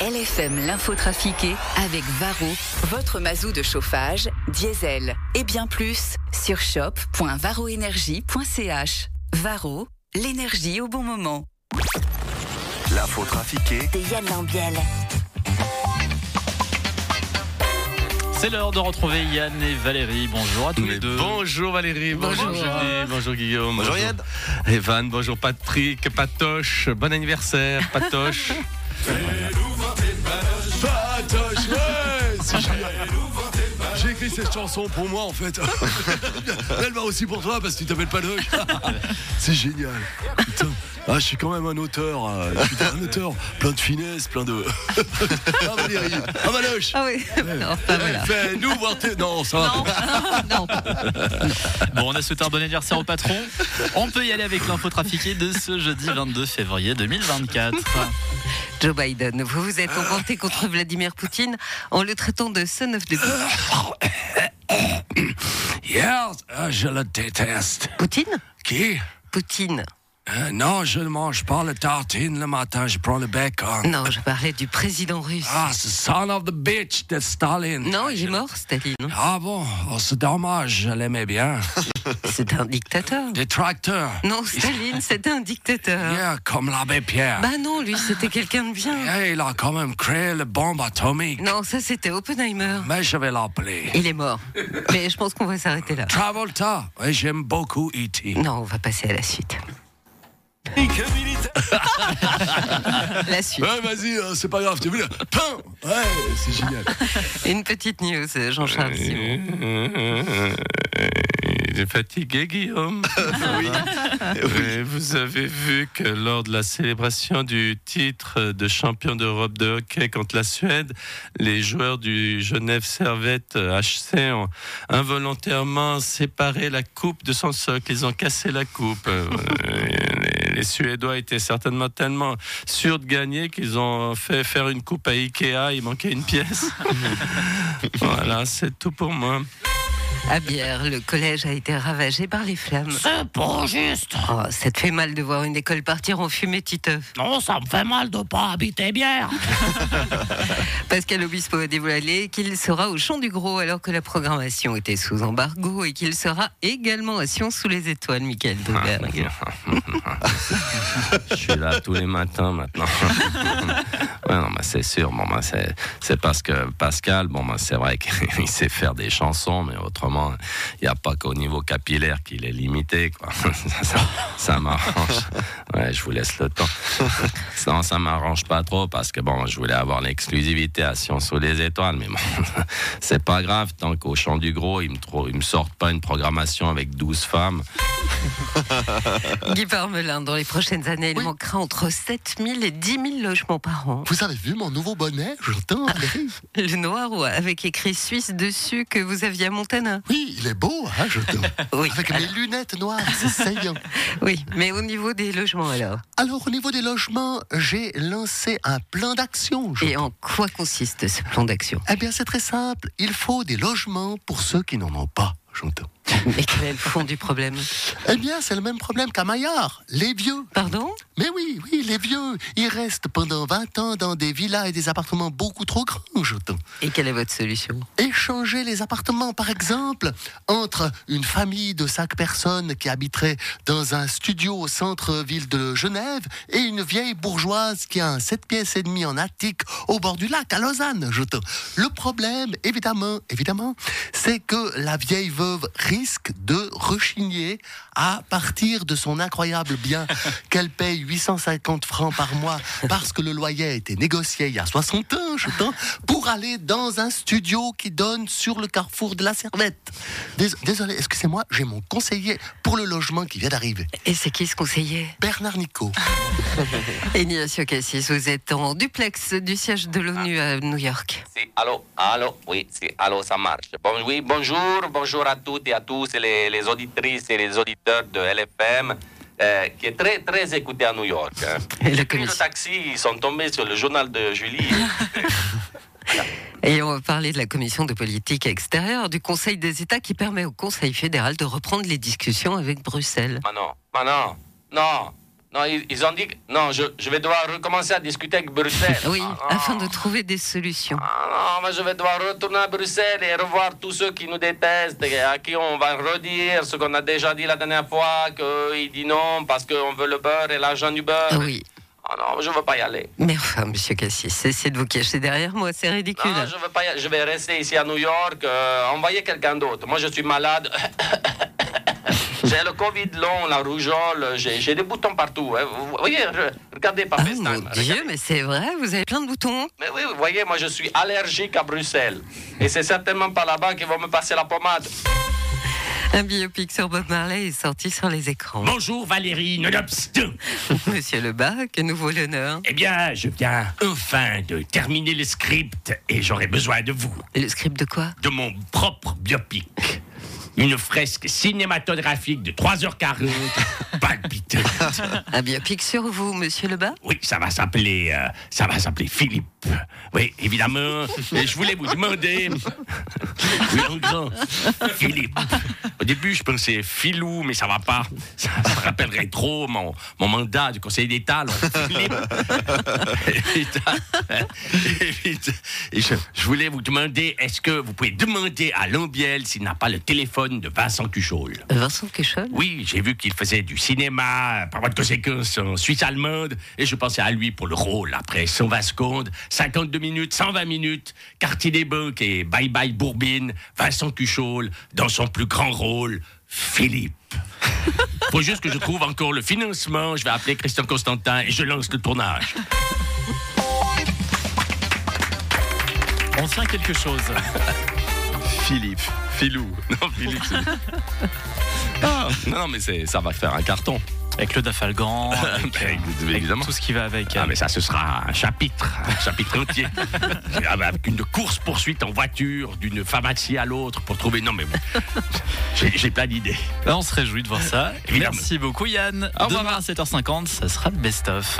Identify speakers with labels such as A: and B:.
A: LFM l'info trafiquée avec Varro, votre mazou de chauffage, diesel et bien plus sur shop.varroénergie.ch. Varro, l'énergie au bon moment.
B: L'info trafiquée
C: de Yann Lambiel.
D: C'est l'heure de retrouver Yann et Valérie. Bonjour à tous
E: Mais
D: les deux.
E: Bonjour Valérie, bonjour,
A: Bonjour.
E: Julie, bonjour Guillaume,
B: Bonjour Yann.
E: Evan, bonjour Patrick, Patoche, bon anniversaire Patoche.
F: Patoche, ouais c'est génial. J'ai écrit cette chanson pour moi en fait. Elle va aussi pour toi parce que tu t'appelles Patoche. C'est génial. Putain. Ah, je suis quand même un auteur. euh, Je suis un auteur plein de finesse, plein de. Ah Valérie, ah Patoche.
G: Ah oui, non, enfin, voilà.
F: Fais-nous voir tes. Non, ça va.
G: Non, non,
D: Bon, on a souhaité un bon anniversaire au patron. On peut y aller avec l'info trafiquée de ce jeudi 22 février 2024.
G: Joe Biden, vous vous êtes emporté contre Vladimir Poutine en le traitant de son of the bitch.
F: Yes, ah, je le déteste.
G: Poutine
F: Qui
G: Poutine.
F: Euh, Non, je ne mange pas la tartine le matin, je prends le bacon.
G: Non, je parlais du président russe.
F: Ah, c'est son of the bitch de Staline.
G: Non, il est mort, Staline.
F: Ah bon, oh, c'est dommage, je l'aimais bien.
G: C'était un dictateur.
F: Des tracteurs.
G: Non, Staline, c'était un dictateur.
F: Yeah, comme l'abbé
H: Ben-
F: Pierre.
G: Bah non, lui, c'était quelqu'un de bien.
F: Yeah, il a quand même créé la bombe atomique.
G: Non, ça, c'était Oppenheimer.
F: Mais je vais l'appeler.
G: Il est mort. Mais je pense qu'on va s'arrêter là.
F: Travolta. Oui, j'aime beaucoup E E.T.
G: Non, on va passer à la suite. La suite.
F: Ouais, vas-y, euh, c'est pas grave, t'es vu là. Pain Ouais, c'est génial.
G: Une petite news, Jean-Charles Simon.
E: Il est fatigué Guillaume. Mais vous avez vu que lors de la célébration du titre de champion d'Europe de hockey contre la Suède, les joueurs du Genève Servette euh, HC ont involontairement séparé la coupe de son socle. Ils ont cassé la coupe. Euh, les- Les Suédois étaient certainement tellement sûrs de gagner qu'ils ont fait faire une coupe à Ikea. Il manquait une pièce. voilà, c'est tout pour moi.
G: À Bière, le collège a été ravagé par les flammes.
I: C'est pas juste.
G: Oh, ça te fait mal de voir une école partir en fumée, Titeuf.
I: Non, ça me fait mal de pas habiter bière.
G: Pascal Obispo a dévoilé qu'il sera au Champ du Gros alors que la programmation était sous embargo et qu'il sera également à Sion sous les étoiles, Michael
I: Ah,
G: Dauberg.
E: Je suis là tous les matins maintenant. ouais, non, mais c'est sûr. Bon, ben, c'est, c'est parce que Pascal, bon, ben, c'est vrai qu'il sait faire des chansons, mais autrement, il n'y a pas qu'au niveau capillaire qu'il est limité. Quoi. ça, ça- ça m'arrange. Ouais, je vous laisse le temps. Non, ça m'arrange pas trop parce que bon, je voulais avoir l'exclusivité à Sciences sous les étoiles, mais bon, c'est pas grave tant qu'au champ du gros, ils me, trou- ils me sortent pas une programmation avec 12 femmes.
G: Guy Parmelin, dans les prochaines années, il manquera entre 7000 et 10 000 logements par an.
H: Vous avez vu mon nouveau bonnet J'entends.
G: Le noir ou avec écrit suisse dessus que vous aviez à Montana.
H: Oui, il est beau, hein, j'entends.
G: Oui,
H: Avec mes lunettes noires, c'est saillant.
G: oui, mais au niveau des logements alors.
H: Alors, au niveau des logements, j'ai lancé un plan d'action. je-
G: Et en quoi consiste ce plan d'action
H: Eh bien, c'est très simple. Il faut des logements pour ceux qui n'en ont pas, j'entends.
G: Mais quel est le fond du problème
H: Eh bien, c'est le même problème qu'à Maillard, les vieux.
G: Pardon
H: Mais oui, oui, les vieux, ils restent pendant 20 ans dans des villas et des appartements beaucoup trop grands, j'entends.
G: Et quelle est votre solution
H: échanger les appartements, par exemple, entre une famille de cinq personnes qui habiterait dans un studio au centre-ville de Genève et une vieille bourgeoise qui a un 7 pièces et demie en attique au bord du lac à Lausanne. Je te- Le problème, évidemment, évidemment, c'est que la vieille veuve risque de rechigner à partir de son incroyable bien qu'elle paye 850 francs par mois parce que le loyer a été négocié il y a 60 ans, je t'en- pour aller dans un studio qui donne sur le carrefour de la Servette. Dés- Désolé, excusez-moi, j'ai mon conseiller pour le logement qui vient d'arriver,
G: Et c'est qui ce conseiller
H: Bernard Nico.
G: Ignacio Cassis, vous êtes en duplex du siège de l'ONU à New York.
J: Sì, allo, allo, oui, sì, allo, ça marche. Bon, oui, bonjour, bonjour à toutes et à tous les, les auditrices et les auditeurs de LFM, euh, qui est très, très écouté à New York. hein.
G: Et la
J: Depuis le
G: commission.
J: taxi, ils sont tombés sur le journal de Julie.
G: Et on va parler de la commission de politique extérieure du Conseil des États qui permet au Conseil fédéral de reprendre les discussions avec Bruxelles.
J: Mais non, mais non, non,
E: Non, ils, ils ont dit. que- Non, je, je vais devoir recommencer à discuter avec Bruxelles.
G: Euh, Oui,
E: Ah,
G: afin de trouver des solutions.
E: Ah non, mais je vais devoir retourner à Bruxelles et revoir tous ceux qui nous détestent, et à qui on va redire ce qu'on a déjà dit la dernière fois, qu'ils disent non parce qu'on veut le beurre et l'argent du beurre.
G: Oui,
E: Ah non, je veux pas y aller.
G: mais enfin, monsieur Cassis, cessez de vous cacher derrière moi, c'est ridicule.
E: Non, je, veux pas y- je vais rester ici à New York, euh, envoyer quelqu'un d'autre. Moi, je suis malade. j'ai le Covid long, la rougeole, j'ai j'ai des boutons partout. hein. Vous voyez, je- regardez par
G: Ah
E: FaceTime,
G: mon
E: regardez.
G: Dieu, mais c'est vrai, vous avez plein de boutons.
E: hein. Mais oui, vous voyez, moi, je suis allergique à Bruxelles. Et c'est certainement pas là-bas qu'ils vont me passer la pommade.
G: Un biopic sur Bob Marley est sorti sur les écrans.
I: Bonjour Valérie Nonobstant.
G: Monsieur Lebas, que nous vaut l'honneur.
I: Eh bien, je viens enfin de terminer le script et j'aurai besoin de vous,
G: Le script de quoi
I: de mon propre biopic. Une fresque cinématographique de 3h40, palpitante.
G: Un biopic sur vous, monsieur Lebas
I: Oui, ça va s'appeler, euh, ça va s'appeler Philippe. Oui, évidemment. Et je voulais vous demander, Oui, en grand, Philippe. Au début, je pensais Philou, mais ça va pas. Ça, ça rappellerait trop mon, mon mandat du Conseil d'État. alors, Philippe. Et putain, et putain, et je, je voulais vous demander, est-ce que vous pouvez demander à Lambiel s'il n'a pas le téléphone de Vincent Cuchol
G: Vincent Quechol
I: oui, j'ai vu qu'il faisait du cinéma, par voie de conséquence, en Suisse allemande, et je pensais à lui pour le rôle. Après 120 secondes, 52 minutes, 120 minutes, Quartier des Banques et Bye Bye Bourbine, Vincent Cuchol, dans son plus grand rôle, Philippe. Faut juste que je trouve encore le financement, je vais appeler Christian Constantin et je lance le tournage.
D: On tient quelque chose.
K: Philippe. Philou. Non, Philippe. c'est- Ah, non, mais c'est- ça va faire un carton.
D: Avec le Dafalgan,
K: Ah,
D: avec,
K: Avec-
D: avec
K: évidemment.
D: tout ce qui va avec.
I: Ah, mais ça, ce sera un chapitre, un chapitre entier. Ah, bah, Avec une course-poursuite en voiture, d'une pharmacie à l'autre pour trouver. Non, mais vous- j'ai j'ai plein d'idées.
D: Là, on se réjouit de voir ça.
I: Évidemment.
D: Merci beaucoup, Yann.
K: Au revoir.
D: Demain à 7h50, ça sera le best-of.